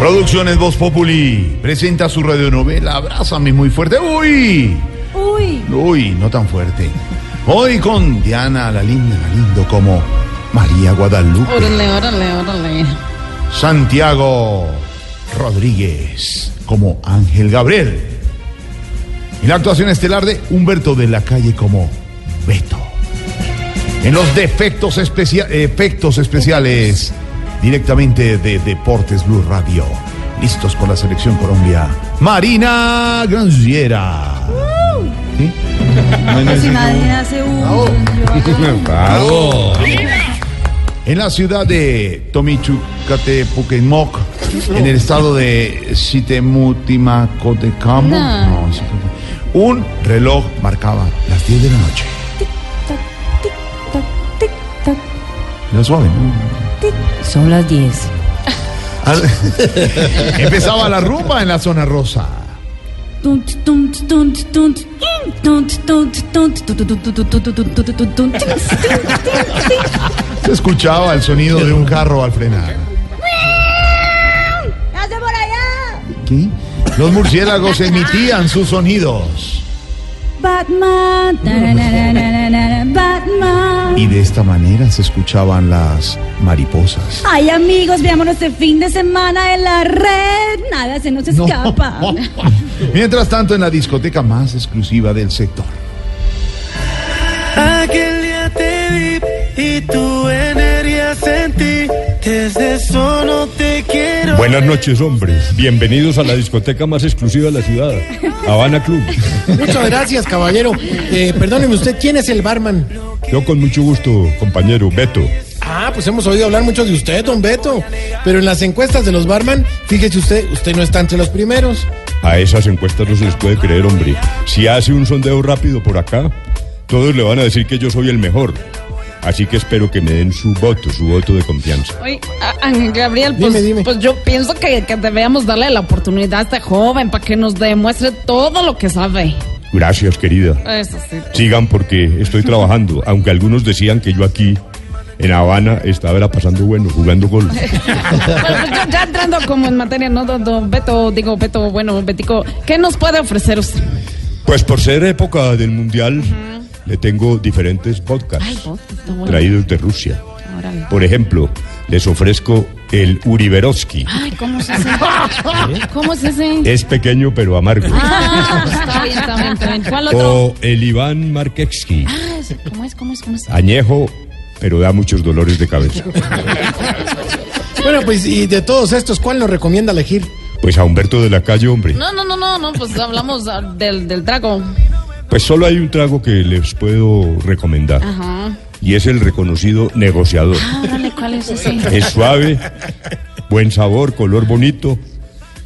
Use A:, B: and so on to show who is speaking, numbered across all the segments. A: Producciones Voz Populi presenta su radionovela Abrázame muy fuerte. ¡Uy!
B: Uy,
A: Uy, no tan fuerte. Hoy con Diana, la linda, la lindo como María Guadalupe.
B: órale, órale, órale.
A: Santiago Rodríguez como Ángel Gabriel. Y la actuación estelar de Humberto de la Calle como Beto. En los defectos especia- efectos especiales, directamente de Deportes Blue Radio. Listos con la selección Colombia. Marina Granciera. ¿Sí?
B: Pues imagínate un.
A: En la ciudad de Tomichucatepuquemoc, en el estado de Sitemutimacotecamu,
B: No.
A: no, sí, un reloj marcaba las 10 de la noche. Era suave, ¿no?
C: Son las 10.
A: Al- Empezaba la rumba en la zona rosa. Se escuchaba el sonido de un carro al frenar.
B: ¡Hace por allá!
A: ¿Qué? Los murciélagos emitían sus sonidos.
B: Batman. tarararararara, Batman.
A: Y de esta manera se escuchaban las mariposas.
B: Ay, amigos, veámonos este fin de semana en la red. Nada se nos
A: No.
B: escapa.
A: Mientras tanto, en la discoteca más exclusiva del sector.
D: Aquel día te vi y tu energía sentí. Desde eso no te quiero.
E: Buenas noches, hombres. Bienvenidos a la discoteca más exclusiva de la ciudad, Habana Club.
F: Muchas gracias, caballero. Eh, perdóneme usted, ¿quién es el barman?
E: Yo con mucho gusto, compañero Beto.
F: Ah, pues hemos oído hablar mucho de usted, don Beto. Pero en las encuestas de los barman, fíjese usted, usted no está entre los primeros.
E: A esas encuestas no se les puede creer, hombre. Si hace un sondeo rápido por acá, todos le van a decir que yo soy el mejor. Así que espero que me den su voto, su voto de confianza.
G: Oye, a- Ángel Gabriel, pues,
F: Dime, dime.
G: pues yo pienso que, que debemos darle la oportunidad a este joven para que nos demuestre todo lo que sabe.
E: Gracias, querida.
G: Eso sí.
E: Sigan porque estoy trabajando, aunque algunos decían que yo aquí, en Habana, estaba era pasando bueno, jugando golf.
G: Bueno, pues, ya, ya entrando como en materia, ¿no? Don, don Beto, digo, Beto, bueno, Betico, ¿qué nos puede ofrecer usted?
E: Pues por ser época del mundial, le tengo diferentes podcasts
G: Ay, podcasts, está bueno.
E: traídos de Rusia.
G: Órale.
E: Por ejemplo, les ofrezco el Uriberovsky.
G: Ay, ¿cómo se hace? ¿Cómo se hace?
E: Es pequeño pero amargo.
G: Ah, está bien, está bien, está bien. ¿Cuál
F: Oh.
G: otro?
E: O el Iván Markevsky.
G: Ah, ese, ¿Cómo es? ¿Cómo es? ¿Cómo es?
E: Añejo, pero da muchos dolores de cabeza.
F: Bueno, pues, y de todos estos, ¿cuál nos recomienda elegir?
E: Pues a Humberto de la Calle, hombre.
G: No, no, no, no, no, pues hablamos ah, del, del trago.
E: Pues solo hay un trago que les puedo recomendar.
G: Ajá.
E: Y es el reconocido negociador.
G: Ah, órale, ¿cuál es ese?
E: Es suave, buen sabor, color bonito,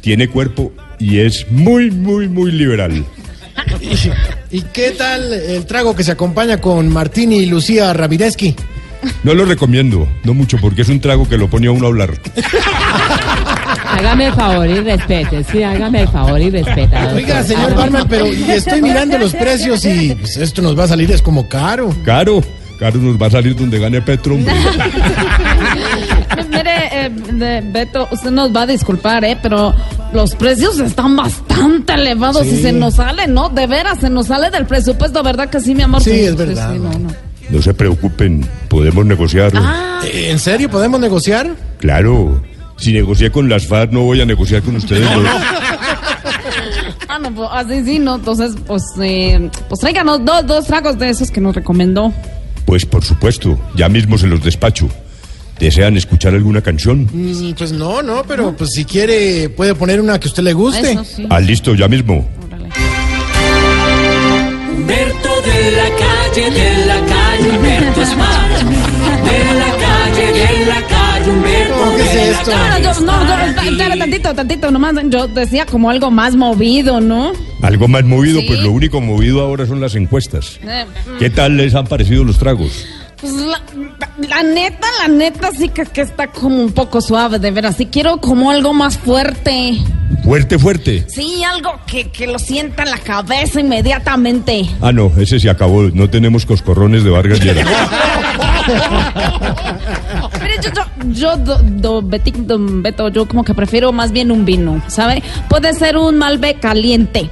E: tiene cuerpo y es muy, muy, muy liberal.
F: ¿Y qué tal el trago que se acompaña con Martín y Lucía Ravideski?
E: No lo recomiendo, no mucho, porque es un trago que lo pone a uno a hablar.
C: Hágame el favor y respete. Sí, hágame el favor y respeta. doctor.
F: Oiga, señor barman, pero estoy mirando los precios y pues, esto nos va a salir es como caro.
E: Caro, caro nos va a salir donde gane Petro. hombre.
G: Mire, eh, de- Beto, usted nos va a disculpar, ¿eh? Pero los precios están bastante elevados y se nos sale, ¿no? De veras, se nos sale del presupuesto, ¿verdad que sí, mi amor? Pues,
F: Sí, es verdad.
G: no, no.
E: No se preocupen, podemos negociar.
F: Eh, ¿En serio podemos negociar?
E: Claro, si negocié con las FARC no voy a negociar con ustedes. ¿no?
G: Ah, no, pues así sí, ¿no? Entonces, pues, eh, pues tráiganos dos, dos tragos de esos que nos recomendó.
E: Pues por supuesto, ya mismo se los despacho. ¿Desean escuchar alguna canción?
F: Mm, Pues no, no, pero pues si quiere puede poner una que a usted le guste.
G: Eso sí.
E: Ah, listo, ya mismo.
G: Órale.
H: Humberto de la calle, de la calle, Humberto es más. De la calle, de la calle, Humberto.
F: ¿Cómo que es
H: de la
F: esto?
G: Eh, No,
H: calle
G: no, no, no,
H: es para
G: espera
H: ti.
G: tantito, tantito, nomás yo decía como algo más movido, ¿no?
E: Algo más movido,
G: Sí.
E: pues lo único movido ahora son las encuestas.
G: Eh,
E: ¿Qué tal les han parecido los tragos?
G: Pues la, la neta, la neta sí que, que está como un poco suave, de veras. Sí quiero como algo más fuerte.
E: Fuerte, fuerte.
G: Sí, algo que, que lo sienta en la cabeza inmediatamente.
E: Ah, no, ese se acabó. No tenemos coscorrones de Vargas Lleras.
G: Pero yo, yo, yo, do- do- Beti- don Beto, yo como que prefiero más bien un vino, ¿sabe? Puede ser un Malbec caliente,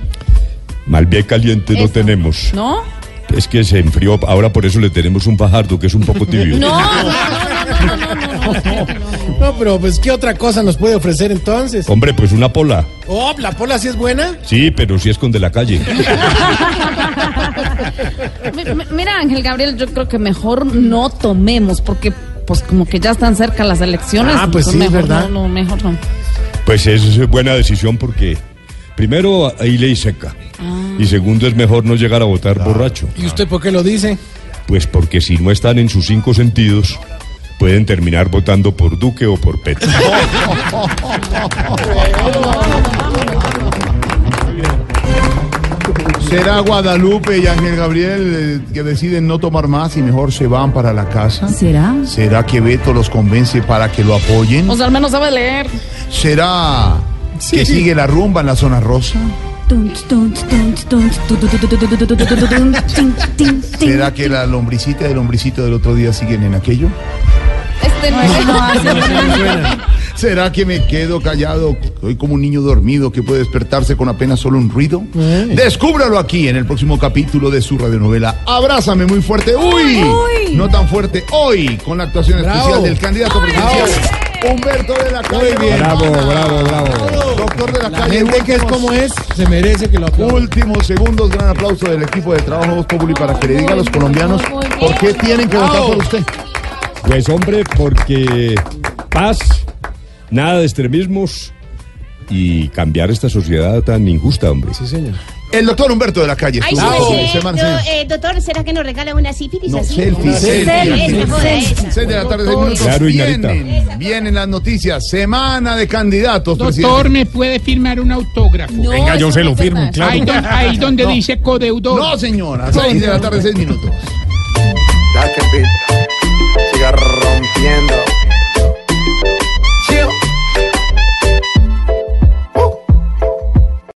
E: Malbec caliente no
G: Eso.
E: tenemos.
G: ¿no?
E: Es que se enfrió. Ahora por eso le tenemos un pajardo que es un poco tibio.
G: No, no, no, no, no, no, no, no, no, no, no.
F: No, pero pues, ¿qué otra cosa nos puede ofrecer entonces?
E: Hombre, pues una pola.
F: Oh, la pola sí es buena.
E: Sí, pero si es con de la calle.
G: Mi- mi- Mira, Ángel Gabriel, yo creo que mejor no tomemos, porque pues como que ya están cerca las elecciones.
F: Ah, pues sí,
G: mejor
F: ¿verdad?
G: No, no, mejor no.
E: Pues es buena decisión porque, primero, hay ley seca.
G: Ah.
E: Y segundo, es mejor no llegar a votar borracho.
F: ¿Y usted por qué lo dice?
E: Pues porque si no están en sus cinco sentidos, pueden terminar votando por Duque o por Petro.
A: ¿Será Guadalupe y Ángel Gabriel eh, que deciden no tomar más y mejor se van para la casa?
B: ¿Será?
A: ¿Será que Beto los convence para que lo apoyen?
G: O sea, al menos sabe leer.
A: ¿Será que sigue la rumba en la zona rosa? ¿Será que la lombricita y el lombricito del otro día siguen en aquello?
G: Este no
A: ¿Será que me quedo callado? Soy como un niño dormido que puede despertarse con apenas solo un ruido.
F: Eh.
A: Descúbralo aquí en el próximo capítulo de su radionovela. Abrázame muy fuerte. Uy, no tan fuerte hoy con la actuación
F: Bravo.
A: especial del candidato presidencial Humberto de la Calle.
E: Bravo, bravo, bravo.
A: Doctor de la,
F: La
A: Calle.
F: gente que es como es, se merece que lo aplaudan.
A: Últimos segundos, gran aplauso del equipo de trabajo Voz Populi para que le diga a los colombianos por qué tienen que votar por usted.
E: Pues hombre, porque paz, nada de extremismos y cambiar esta sociedad tan injusta, hombre.
F: Sí, señor.
A: El doctor Humberto de la Calle.
I: Ay,
A: estuvo
I: ¿sabe
A: con
I: qué?
A: nosotros, semana,
I: Yo,
A: semana.
I: eh, doctor, ¿será que nos regala una sífilis
A: No,
I: así?
A: selfie,
I: Una
A: selfie.
I: selfie,
A: Selfie.
I: joda esa.
A: 6 de la tarde, 6 minutos.
E: Claro, y Narita.
A: vienen, vienen las noticias. Semana de candidatos,
J: Doctor,
A: presidente.
J: ¿me puede firmar un autógrafo?
G: Venga, yo se lo firmo,
J: Ahí, don- ahí donde dice codeudor.
A: No, señora. 6 de la tarde, 6 minutos.
K: Black and Beat siga rompiendo.